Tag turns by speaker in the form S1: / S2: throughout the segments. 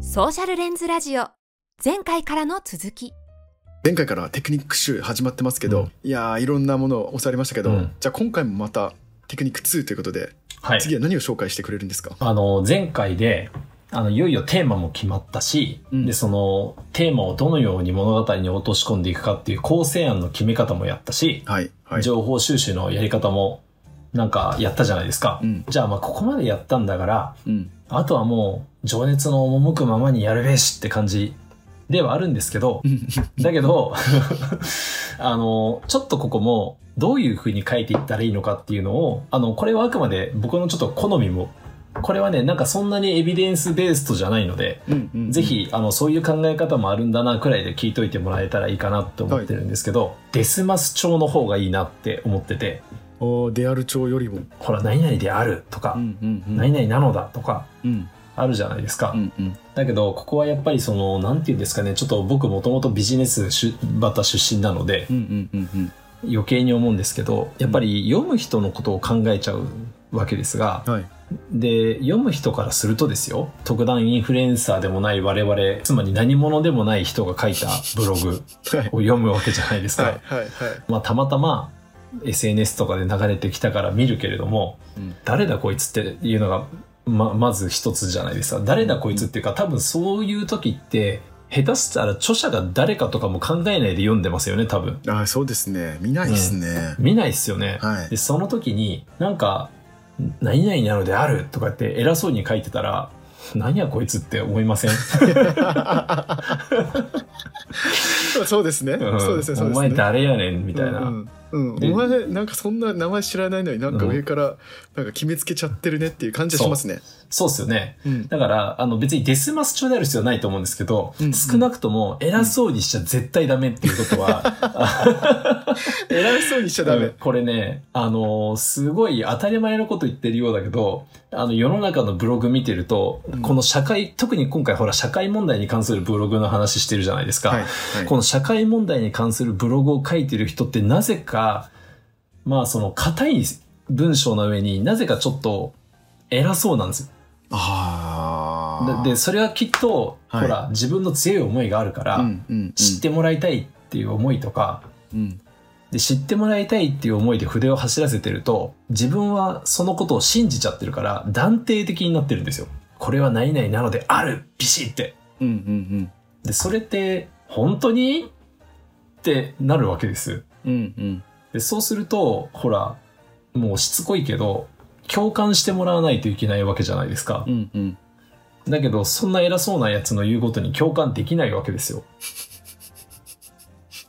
S1: ソーシャルレンズラジオ前回からの続き
S2: 前回からテクニック集始まってますけど、
S3: うん
S2: いやーいろんなものを教わりましたけど、
S3: うん
S2: じゃあ今回もまたテクニック2ということで、
S3: はい。
S2: 次は何を紹介してくれるんですか
S3: あの、前回で、あの、いよいよテーマも決まったし、
S2: うん
S3: で、その、テーマをどのように物語に落とし込んでいくかっていう構成案の決め方もやったし、
S2: はいはい
S3: 情報収集のやり方も、なんか、やったじゃないですか。
S2: うん
S3: じゃあ、まあ、ここまでやったんだから、
S2: うん
S3: あとはもう、情熱の赴くままにやるべしって感じではあるんですけど、だけど、 あの、ちょっとここも、どういう風に書いていったらいいのかっていうのを、あの、これはあくまで僕のちょっと好みも、これはね、なんかそんなにエビデンスベーストじゃないので、
S2: うんうん
S3: ぜひ、あの、そういう考え方もあるんだな、くらいで聞いといてもらえたらいいかなって思ってるんですけど、デスマス調の方がいいなって思ってて、
S2: おーデアル調よりも
S3: ほら、何々であるとか、
S2: うんうんうん
S3: 何々なのだとか、
S2: うん
S3: あるじゃないですか。
S2: うんうん
S3: だけど、ここはやっぱりその、なんていうんですかね、ちょっと僕もともとビジネスしバタ出身なので
S2: う、んうんうん
S3: 余計に思うんですけど、やっぱり読む人のことを考えちゃうわけですが
S2: う、んはい
S3: で、読む人からするとですよ、特段インフルエンサーでもない我々、つまり何者でもない人が書いたブログ
S2: はい
S3: を読むわけじゃないですか。
S2: はいはいはい
S3: まあ、たまたま SNS とかで流れてきたから見るけれども、
S2: うん
S3: 誰だこいつっていうのがままず一つじゃないですか誰だこいつっていうか多分そういう時って下手したら著者が誰かとかも考えないで読んでますよね多分
S2: あーそうですね見ないですね、
S3: 見ないっすよね、
S2: はい
S3: でその時になんか「何々なのである」とかって偉そうに書いてたら「何やこいつ」って思い ません
S2: そうですね、
S3: うん
S2: そうですねそうですね
S3: お前誰やねんみたいな、
S2: うんうんうん
S3: で
S2: お前なんかそんな名前知らないのになんか
S3: うん
S2: 上からなんか決めつけちゃってるねっていう感じはしますね。
S3: そうっすよね
S2: うん
S3: だから、あの別にデスマス調である必要はないと思うんですけど、
S2: うんうん
S3: 少なくとも偉そうにしちゃ絶対ダメっていうことは、
S2: 偉そうにしちゃ ダメ。
S3: これね、あのーすごい当たり前のこと言ってるようだけど、あの世の中のブログ見てると、
S2: うん
S3: この社会、特に今回ほら社会問題に関するブログの話してるじゃないですか。
S2: はいはい
S3: この社会問題に関するブログを書いてる人ってなぜか、まあその硬い文章の上になぜかちょっと偉そうなんですよ
S2: ああ。
S3: ででそれはきっと、
S2: はい
S3: ほら自分の強い思いがあるから、
S2: うんうんうん、
S3: 知ってもらいたいっていう思いとか
S2: うん
S3: で知ってもらいたいっていう思いで筆を走らせてると自分はそのことを信じちゃってるから断定的になってるんですよ。これは何々なのであるビシッて
S2: うんうん
S3: でそれって本当にってなるわけです。
S2: うんうんうん
S3: でそうするとほらもうしつこいけど共感してもらわないといけないわけじゃないですか
S2: う。んうん
S3: だけど、そんな偉そうなやつの言うことに共感できないわけですよ。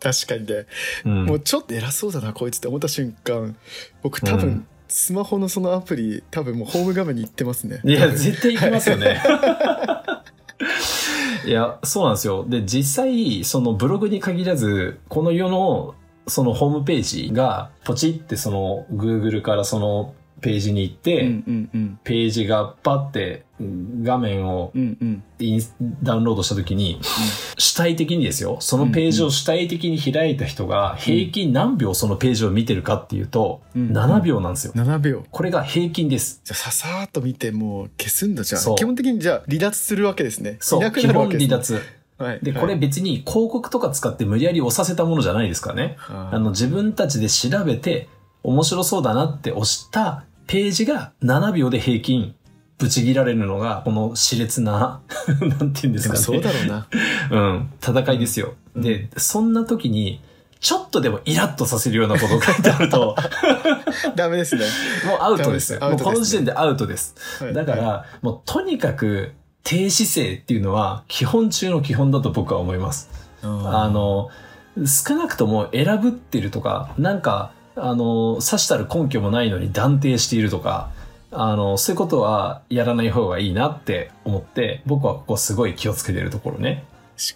S2: 確かにね、
S3: うん
S2: もうちょっと偉そうだなこいつって思った瞬間僕多分、
S3: うん
S2: スマホのそのアプリ多分もうホーム画面に行ってますね
S3: い
S2: 多
S3: や、
S2: 分
S3: 絶対行きますよね。 いや、そうなんですよ。で、実際、そのブログに限らず、この世の、そのホームページが、ポチってその、Google からそのページに行って、
S2: うんうんうん
S3: ページがパッてうん画面を
S2: うんうん
S3: インスダウンロードした時に、主体的にですよ、そのページを主体的に開いた人が平均何秒そのページを見てるかっていうと、
S2: うん
S3: 7秒なんですよ。
S2: 7秒
S3: これが平均です。
S2: じゃあささーっと見てもう消すんだじゃあ
S3: そう
S2: 基本的にじゃあ離脱するわけですね
S3: そ、
S2: いうなく
S3: 基
S2: なるわけ
S3: 本
S2: です、
S3: 離
S2: ね、
S3: 脱。
S2: はい
S3: で、こ
S2: は
S3: れ
S2: い
S3: 別に広告とか使って無理やり押させたものじゃないですからね。
S2: あー
S3: あの、自分たちで調べて、面白そうだなって押したページが7秒で平均、ぶち切られるのが、この熾烈な、 なんて言うんで
S2: ですも
S3: か
S2: そう
S3: ね。
S2: だろう な
S3: うん、戦いですよ。
S2: うん
S3: で、そんな時に、ちょっとでもイラッとさせるようなことを書いてある と、
S2: ダメですね、
S3: もうアウトです。
S2: ダメ
S3: も
S2: です
S3: うこの時点でアウトです。
S2: はい
S3: だから、もうとにかく、低姿勢っていうのは、基本中の基本だと僕は思います。あの、少なくとも選ぶってるとか、なんか、あの、指したる根拠もないのに断定しているとか、あの、そういうことはやらない方がいいなって思って、僕はここすごい気をつけてるところね。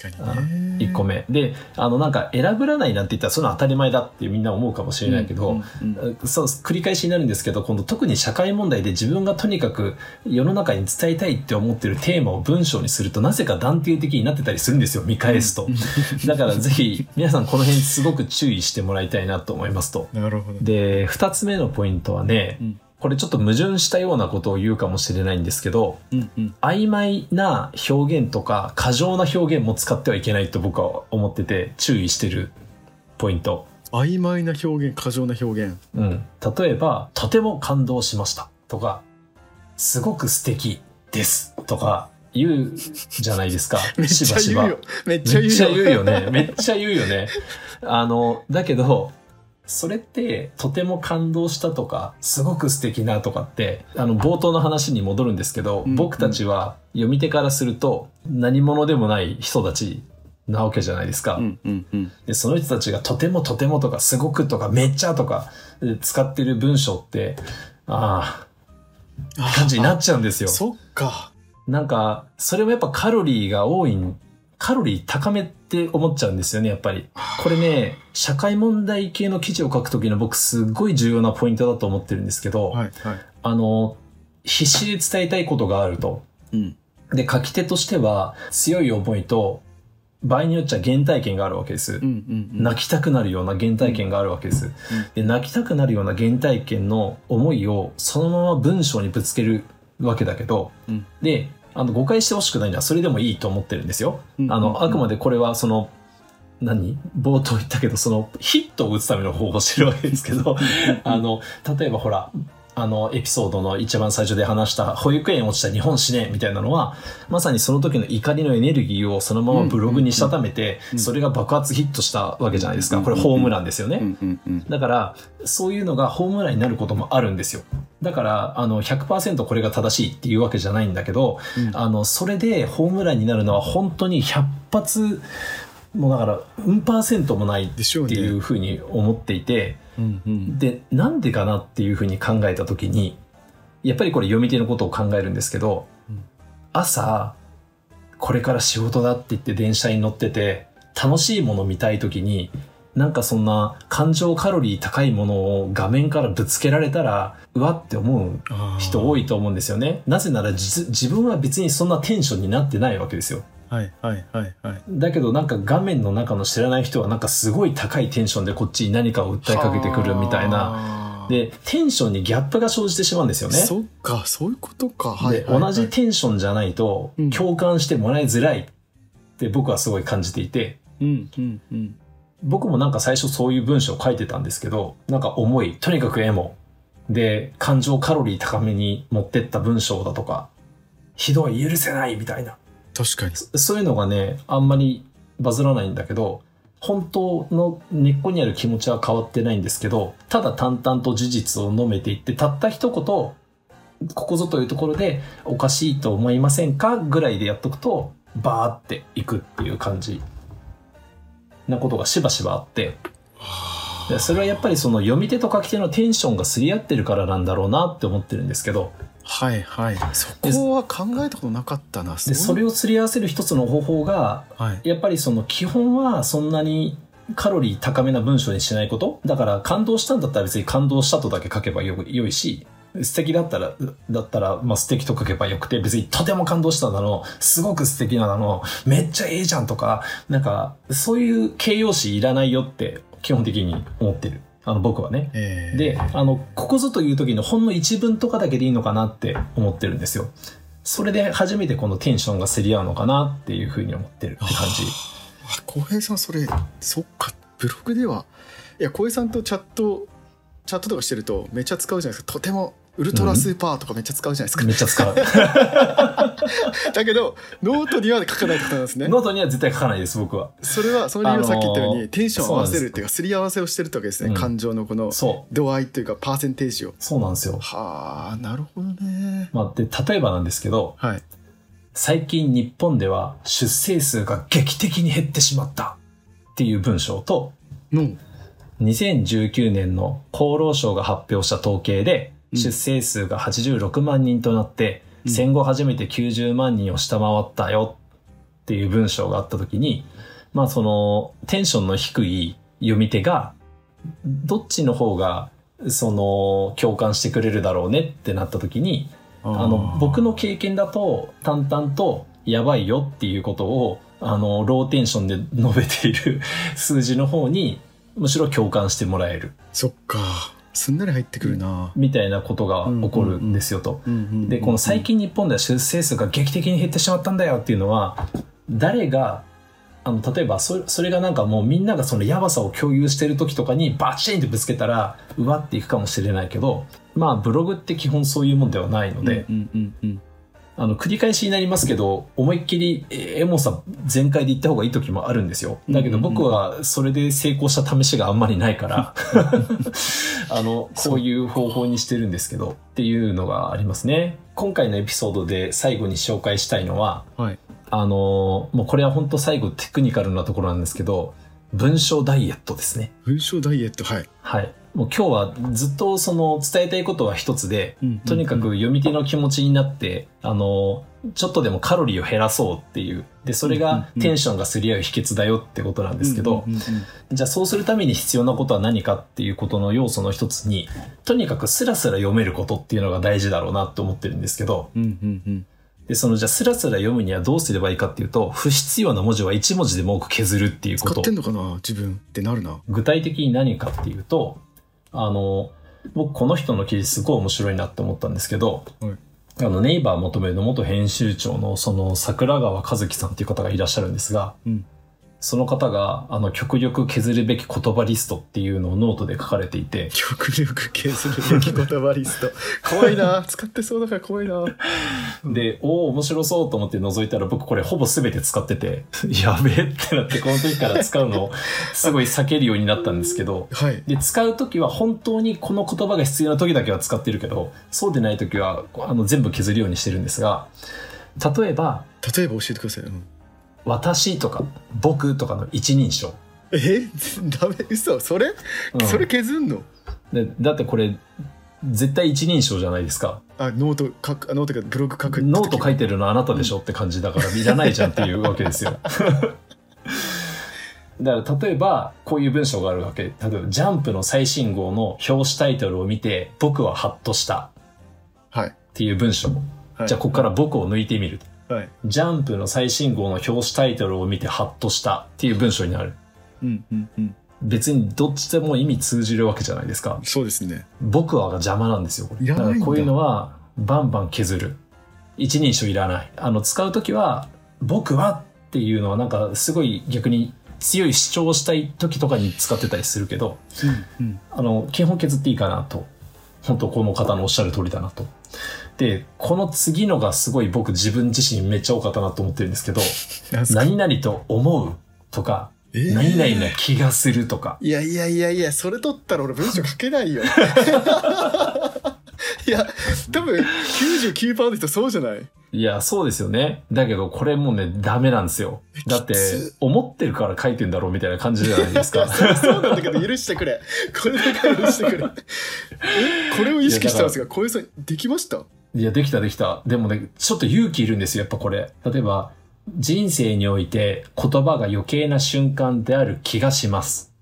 S2: 確かにね
S3: 1個目。で、あの、なんか選ぶらないなんて言ったらその当たり前だってみんな思うかもしれないけど、
S2: うんうんうん
S3: そう繰り返しになるんですけど今度特に社会問題で自分がとにかく世の中に伝えたいって思ってるテーマを文章にするとなぜか断定的になってたりするんですよ見返すと、 だからぜひ皆さんこの辺すごく注意してもらいたいなと思いますと
S2: なるほど
S3: で2つ目のポイントはね、
S2: うん
S3: これちょっと矛盾したようなことを言うかもしれないんですけど、
S2: うんうん
S3: 曖昧な表現とか過剰な表現も使ってはいけないと僕は思ってて注意してるポイント。
S2: 曖昧な表現過剰な表現。
S3: うん。例えば、とても感動しましたとか、すごく素敵ですとか言うじゃないですか
S2: めっ
S3: し
S2: ちゃ
S3: ばし
S2: 言
S3: ば
S2: うよ。めっち
S3: め
S2: ゃ
S3: っ
S2: 言う
S3: ちゃ言
S2: よ
S3: うよね。めっちゃ言うよね。あの、だけど、それって、とても感動したとか、すごく素敵なとかって、あの、冒頭の話に戻るんですけど、
S2: うん
S3: 僕たちは読み手からすると、何者でもない人たちなわけじゃないですか。
S2: うんうんうん
S3: で、その人たちがとてもとてもとか、すごくとか、めっちゃとか、え使ってる文章って、ああ、感じになっちゃうんですよ。
S2: そっか
S3: なんか、それもやっぱカロリーが多いん、カロリー高めって思っちゃうんですよね、やっぱり。これね、社会問題系の記事を書くときの僕すっごい重要なポイントだと思ってるんですけど、
S2: はいはい
S3: あの、必死で伝えたいことがあると。
S2: うん
S3: で、書き手としては強い思いと、場合によっちゃ原体験があるわけです。
S2: うんうんうん
S3: 泣きたくなるような原体験があるわけです。で泣きたくなるような原体験の思いをそのまま文章にぶつけるわけだけど、
S2: うん
S3: であの誤解してほしくないのはそれでもいいと思ってるんですよ。
S2: うん
S3: あ
S2: うんうん
S3: のあくまでこれはその何冒頭言ったけどそのヒットを打つための方法をしてるわけですけどあの例えばほらあのエピソードの一番最初で話した保育園落ちた日本死ねみたいなのはまさにその時の怒りのエネルギーをそのままブログにしたためて
S2: うん
S3: それが爆発ヒットしたわけじゃないですかこれホームランですよね
S2: う。んうんうん
S3: だからそういうのがホームランになることもあるんですよだからあの100%これが正しいっていうわけじゃないんだけど、
S2: うん
S3: あのそれでホームランになるのは本当に100発もうだからうんパーセントもないって
S2: でしょうね
S3: いうふうに思っていて
S2: うんうん
S3: でなんでかなっていうふうに考えた時にやっぱりこれ読み手のことを考えるんですけど、
S2: うん
S3: 朝これから仕事だって言って電車に乗ってて楽しいもの見たい時になんかそんな感情カロリー高いものを画面からぶつけられたらうわって思う
S2: あー
S3: 人多いと思うんですよねなぜならじ自分は別にそんなテンションになってないわけですよ
S2: はいはいはいはい
S3: だけどなんか画面の中の知らない人はなんかすごい高いテンションでこっちに何かを訴えかけてくるみたいな
S2: な
S3: でテンションにギャップが生じてしまうんですよね
S2: そっかそういうことかはい
S3: で
S2: はいは
S3: 同
S2: い
S3: じテンションじゃないと
S2: うん
S3: 共感してもらいづらいって僕はすごい感じていて
S2: うんうんうん
S3: 僕もなんか最初そういう文章を書いてたんですけどなんか重いとにかくエモで感情カロリー高めに持ってった文章だとかひどい許せないみたいな
S2: 確かに
S3: そそういうのがねあんまりバズらないんだけど本当の根っこにある気持ちは変わってないんですけどただ淡々と事実を述べていってたった一言ここぞというところでおかしいと思いませんかぐらいでやっとくとバーっていくっていう感じなことがしばしばあってでそれはやっぱりその読み手と書き手のテンションがすり合ってるからなんだろうなって思ってるんですけど
S2: はいはいそこは考えたことなかったな
S3: でそれ
S2: を
S3: をすり合わせる一つの方法が
S2: はい
S3: やっぱりその基本はそんなにカロリー高めな文章にしないことだから感動したんだったら別に感動したとだけ書けばよよいし素敵だったらだったら、まあ、素敵と書けばよくて別にとても感動したなのすごく素敵なのめっちゃええじゃんとかなんかそういう形容詞いらないよって基本的に思ってるあの僕はね
S2: えー
S3: であのここぞという時のほんの一文とかだけでいいのかなって思ってるんですよそれで初めてこのテンションが競り合うのかなっていうふうに思ってるって感じ
S2: あ浩平さんそれそっかブログではいや浩平さんとチャットチャットとかしてるとめっちゃ使うじゃないですかとてもウルトラスーパーとかめっちゃ使うじゃないですか、
S3: めっちゃ使う。
S2: だけどノートには書かないってことなんですね
S3: ノートには絶対書かないです、僕は。
S2: それはその理由はさっき言ったように、
S3: あのー
S2: テンションを合わせるっていうかすり合わせをしてるってわけですね、
S3: うん
S2: 感情のこの
S3: そう。
S2: 度合いというかパーセンテージを
S3: そうなんですよ。
S2: はあなるほどね
S3: まあ、で、例えばなんですけど、
S2: はい
S3: 最近日本では出生数が劇的に減ってしまったっていう文章と、
S2: の
S3: 2019年の厚労省が発表した統計で、
S2: うん
S3: 出生数が86万人となって、
S2: うん
S3: 戦後初めて90万人を下回ったよっていう文章があった時に、まあそのテンションの低い読み手が、どっちの方がその共感してくれるだろうねってなった時に、
S2: あ
S3: あの
S2: ー
S3: 僕の経験だと淡々とやばいよっていうことをあのローテンションで述べている数字の方にむしろ共感してもらえる
S2: そっかすんなり入ってくるな、
S3: みたいなことが起こるんですよと。
S2: うんうんうん
S3: でこの最近日本では出生数が劇的に減ってしまったんだよっていうのは誰があの例えばそそれがなんかもうみんながそのやばさを共有してる時とかにバチンってぶつけたらうわっていくかもしれないけどまあブログって基本そういうもんではないので、
S2: うんうんうん
S3: あの繰り返しになりますけど思いっきりえエモさ全開で行った方がいい時もあるんですよだけど
S2: うんうんうん
S3: 僕はそれで成功した試しがあんまりないからあのこういう方法にしてるんですけどっていうのがありますね今回のエピソードで最後に紹介したいのは
S2: うんはい
S3: あのもうこれは本当最後テクニカルなところなんですけど文章ダイエットですね
S2: 文章ダイエットはい、
S3: はいもう今日はずっとその伝えたいことは一つでとにかく読み手の気持ちになって、あの、ちょっとでもカロリーを減らそうっていう。で、それ
S2: うんうん
S3: が
S2: うん
S3: テンションがすり合う秘訣だよってことなんですけど、
S2: うんうんうんうん
S3: じゃあそうするために必要なことは何かっていうことの要素の一つに、とにかくスラスラ読めることっていうのが大事だろうなって思ってるんですけど、
S2: うんうんうん
S3: で、そのじゃあスラスラ読むにはどうすればいいかっていうと、不必要な文字は1文字でも多く削るっていうこ
S2: 使
S3: と
S2: って。んのかな自分ってなるな
S3: 具体的に何かっていうとあの僕この人の記事すごい面白いなって思ったんですけど、
S2: はい
S3: あのネイバー求めるの元編集長のその桜川和樹さんっていう方がいらっしゃるんですが、
S2: うん
S3: その方があの極力削るべき言葉リストっていうのをノートで書かれていて
S2: 極力削るべき言葉リスト怖いな使ってそうだから怖いな
S3: でおお面白そうと思って覗いたら僕これほぼ全て使ってて やべえってなってこの時から使うのをすごい避けるようになったんですけど
S2: はい
S3: で使う時は本当にこの言葉が必要な時だけは使ってるけどそうでない時はあの全部削るようにしてるんですが例えば
S2: 例えば教えてください、うん
S3: 「私」とか「僕」とかの一人称、
S2: えダメ嘘それ、
S3: うん
S2: それ削んの
S3: でだってこれ絶対一人称じゃないですか
S2: あノート書くあノートかブログ書く
S3: ノート書
S2: い
S3: いてるのあなたでしょって感じだからいらないじゃんっていうわけですよ だから例えばこういう文章があるわけ例えば「ジャンプ」の最新号の表紙タイトルを見て「僕はハッとした」
S2: はい
S3: っていう文章、
S2: はい
S3: じゃあここから「僕」を抜いてみる
S2: はい
S3: ジャンプの最新号の表紙タイトルを見てハッとしたっていう文章になる。
S2: うんうんうん
S3: 別にどっちでも意味通じるわけじゃないですか。
S2: そうですね
S3: 僕はが邪魔なんですよ、これ。
S2: いらないんだ
S3: からこういうのはバンバン削る。一人称いらない。あの、使うときは、僕はっていうのはなんかすごい逆に強い主張をしたい時とかに使ってたりするけど、
S2: うんうん
S3: あの、基本削っていいかなと。本当この方のおっしゃる通りだなと。で、この次のがすごい僕自分自身めっちゃ多かったなと思ってるんですけど、
S2: なんすか
S3: 何々と思うとか、
S2: えー
S3: 何々な気がするとか。
S2: いやいやいやいや、それ取ったら俺文章書けないよ。いや、多分99%の人そうじゃない
S3: いや、そうですよね。だけど、これもうね、ダメなんですよ。だって
S2: きつ、
S3: 思ってるから書いてんだろうみたいな感じじゃないで すか。
S2: それそうなんだけど許してくれ。 これだけは許してく れ。え、これを意識したんですが、小江さん、できました
S3: いや、できたできた。でもね、ちょっと勇気いるんですよ、やっぱこれ。例えば、人生において言葉が余計な瞬間である気がします。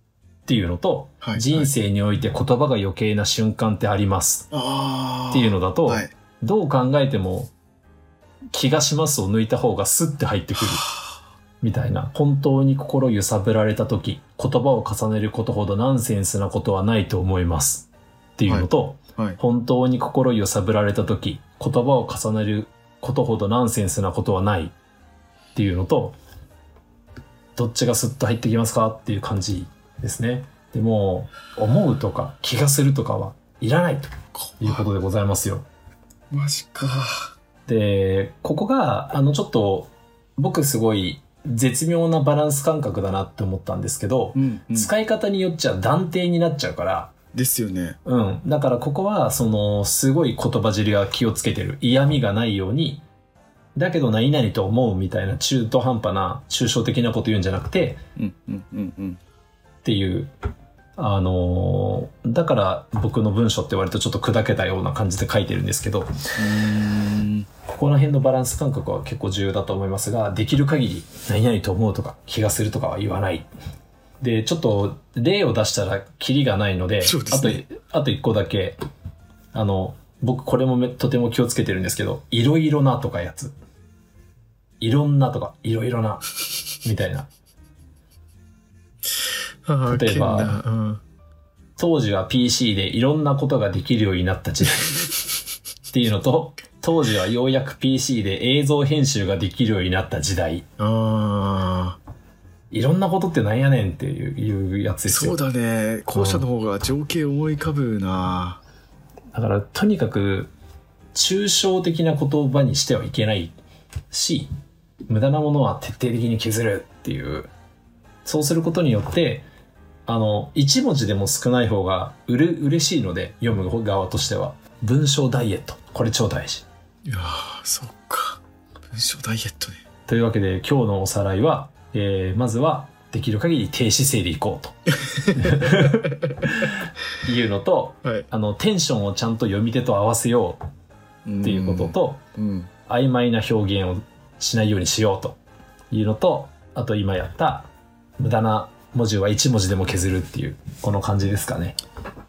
S3: っていうのと、
S2: はい
S3: 人生において言葉が余計な瞬間ってあります。
S2: ああ。
S3: っていうのだと、
S2: はい。
S3: どう考えても、気がしますを抜いた方がスッて入ってくる。みたいな。本当に心揺さぶられた時、言葉を重ねることほどナンセンスなことはないと思います。っていうのと、
S2: はい。
S3: 本当に心揺さぶられた時、言葉を重ねることほどナンセンスなことはない。っていうのと、どっちがスッと入ってきますかっていう感じですね。でも、思うとか気がするとかはいらないということでございますよ。
S2: マジか。
S3: でここがあのちょっと僕すごい絶妙なバランス感覚だなって思ったんですけど、
S2: うん、うん。
S3: 使い方によっちゃ断定になっちゃうから、
S2: ですよね。
S3: うん、だからここはそのすごい言葉尻は気をつけてる嫌味がないようにだけど何々と思うみたいな中途半端な抽象的なこと言うんじゃなくて
S2: うんうんうんうん。
S3: っていう、あのーだから僕の文章って割とちょっと砕けたような感じで書いてるんですけど、ここら辺のバランス感覚は結構重要だと思いますが、できる限り何々と思うとか気がするとかは言わない。で、ちょっと例を出したらキリがないので、
S2: そうですね
S3: あと、あと一個だけ、あの、僕これもめとても気をつけてるんですけど、いろいろなとかやつ。いろんなとか、いろいろな、みたいな。
S2: あー
S3: 例えば
S2: けんなうん
S3: 当時は PC でいろんなことができるようになった時代っていうのと、当時はようやく PC で映像編集ができるようになった時代。
S2: ああ
S3: いろんなことってなんやねんっていういうやつです
S2: そ
S3: よ。
S2: うだね後者の方が情景思い浮かぶな、
S3: だから、とにかく、抽象的な言葉にしてはいけないし、無駄なものは徹底的に削るっていう。そうすることによって、あの、一文字でも少ない方がうれ嬉しいので、読む側としては。文章ダイエット。これ超大事。
S2: いやーそっか文章ダイエットね
S3: というわけで、今日のおさらいは、えーまずは、できる限り低姿勢でいこ うと。いうのと、
S2: はい
S3: あの、テンションをちゃんと読み手と合わせようっていうことと、
S2: とうん
S3: 曖昧な表現をしないようにしようというのとあと今やった無駄な文字は1文字でも削るっていうこの感じですかね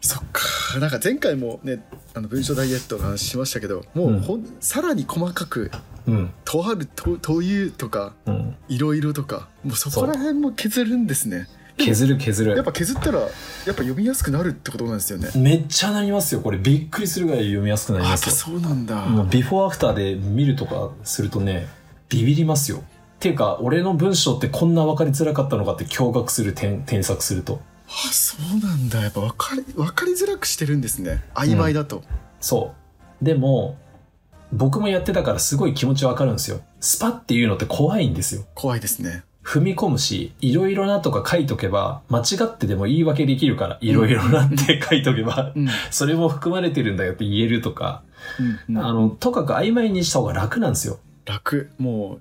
S2: そっかなんか前回もねあの文章ダイエットの話しましたけどもうほん、さらに細かく
S3: うん
S2: 「とある」と「という」とか
S3: うん
S2: 「いろいろ」とかもうそこら辺も削るんですね
S3: 削る削
S2: や
S3: る
S2: っぱ削ったらやっぱ読みやすくなるってことなんですよね
S3: めっちゃなりますよこれびっくりするぐらい読みやすくなり
S2: あや
S3: ま
S2: っぱ
S3: す
S2: そうなんだ、
S3: よもうビフォーアフターで見るとかするとねビビりますよっていうか俺の文章ってこんな分かりづらかったのかって驚愕する添添削すると
S2: あそうなんだやっぱ分かり分かりづらくしてるんですね曖昧だと、
S3: そう。でも、僕もやってたからすごい気持ちわかるんですよ。スパっていうのって怖いんですよ。
S2: 怖いですね
S3: 踏み込むし、いろいろなとか書いとけば、間違ってでも言い訳できるから、いろいろなって書いとけば、
S2: うん、
S3: それも含まれてるんだよって言えるとか、
S2: うんうん
S3: あの、とかく曖昧にした方が楽なんですよ。
S2: 楽も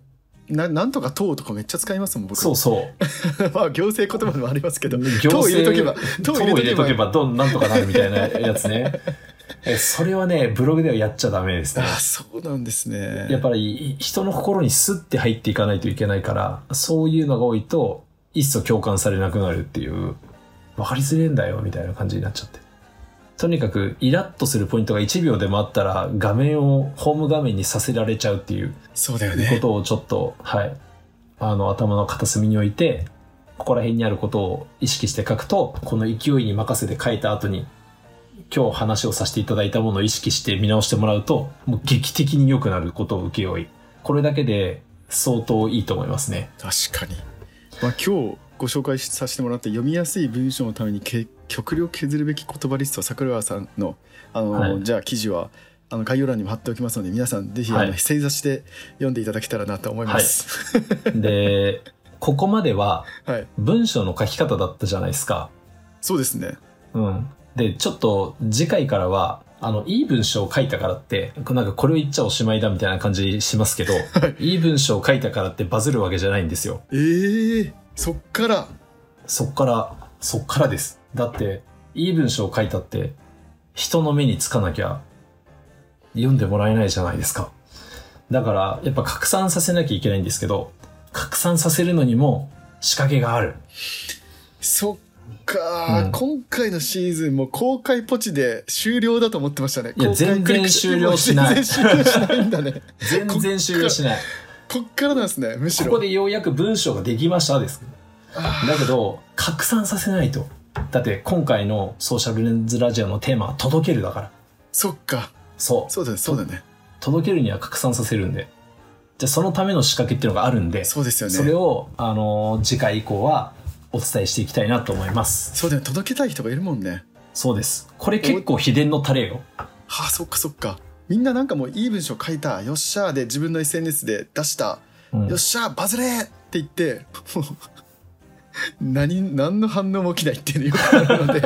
S2: うななんとか「とう」とかめっちゃ使いますもん僕
S3: そ うそう。
S2: まあ行政言葉でもありますけど「
S3: 行
S2: とう」入れとけば「
S3: 政と
S2: とう」
S3: 入
S2: 入れ
S3: れと
S2: と
S3: け
S2: けば
S3: ば、どん、なんとかなるみたいなや つね。えそれはね、ブログではやっちゃダメですね。
S2: あそうなんですね
S3: やっぱり人の心にスッて入っていかないといけないから、そういうのが多いと、いっそ共感されなくなるっていう、わかりづれえんだよ、みたいな感じになっちゃって。とにかく、イラッとするポイントが1秒でもあったら、画面をホーム画面にさせられちゃうっていう
S2: そうだよ
S3: こ
S2: ね
S3: とをちょっと、はい。あの、頭の片隅に置いて、ここら辺にあることを意識して書くと、この勢いに任せて書いた後に、今日話をさせていただいたものを意識して見直してもらうと、もう劇的に良くなることを請け負い。これだけで相当いいと思いますね。
S2: 確かに、まあ、今日ご紹介させてもらった読みやすい文章のためにけ極力削るべき言葉リスト桜川さんのあの、
S3: はい
S2: じゃあ記事はあの概要欄にも貼っておきますので皆さんぜひ、
S3: はい
S2: あの正座して読んでいただけたらなと思います。
S3: で、ここまでは
S2: はい、
S3: 文章の書き方だったじゃないですか。
S2: そうですね。
S3: うん。で、ちょっと次回からは、あの、いい文章を書いたからって、なんかこれを言っちゃおしまいだみたいな感じしますけど、いい文章を書いたからってバズるわけじゃないんですよ。
S2: えー、そっから
S3: そっから、そっからです。だって、いい文章を書いたって、人の目につかなきゃ、読んでもらえないじゃないですか。だから、やっぱ拡散させなきゃいけないんですけど、拡散させるのにも仕掛けがある。
S2: そっか、
S3: うん
S2: 今回のシーズンも公開ポチで終了だと思ってましたね。
S3: いや
S2: 公開
S3: 全然
S2: クリックして
S3: 終了しな
S2: 全然
S3: い
S2: 終了しないんだね。
S3: 全然終了しない。
S2: こっからなんですね。むし
S3: こ
S2: ろ。
S3: こでようやく文章ができましたです。だけど、拡散させないと。だって今回のソーシャルレンズラジオのテーマは届けるだから。
S2: そっか。
S3: そう。
S2: そうだね。そうだね。
S3: 届けるには拡散させるんで。じゃあそのための仕掛けっていうのがあるんで、
S2: そうですよね。
S3: それを、あのー次回以降はお伝えしていきたいなと思います。
S2: そうだよね届けたい人がいるもんね
S3: そうです。これ結構秘伝のタレよ。
S2: はあそっかそっかみんななんかもういい文章書いたよっしゃーで自分の SNS で出した、
S3: うん
S2: よっしゃーバズれーって言ってもう何何の反応も起きないっていうのがよくあるので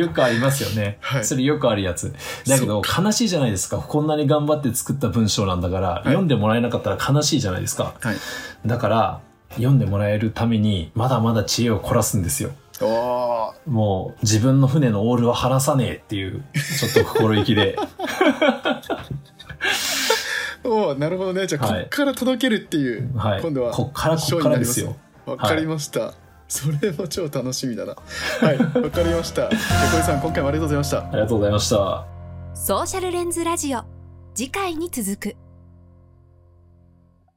S3: よくありますよね。
S2: はい
S3: それよくあるやつ。だけ
S2: そ
S3: ど、悲しいじゃないですか。こんなに頑張って作った文章なんだから、読んでもらえなかったら悲しいじゃないですか。
S2: はい
S3: だから、読んでもらえるために、まだまだ知恵を凝らすんですよ。
S2: おー
S3: もう、自分の船のオールは離さねえっていう、ちょっと心意気で。
S2: おーなるほどねじゃあこ
S3: はい
S2: っから届けるっていう、
S3: はい。
S2: 今度は
S3: こっから、こっからですよ。
S2: わかりました、それも超楽しみだなはいわかりましたじゃあ小井さん今回もありがとうございました
S3: ありがとうございました。
S1: ソーシャルレンズラジオ次回に続く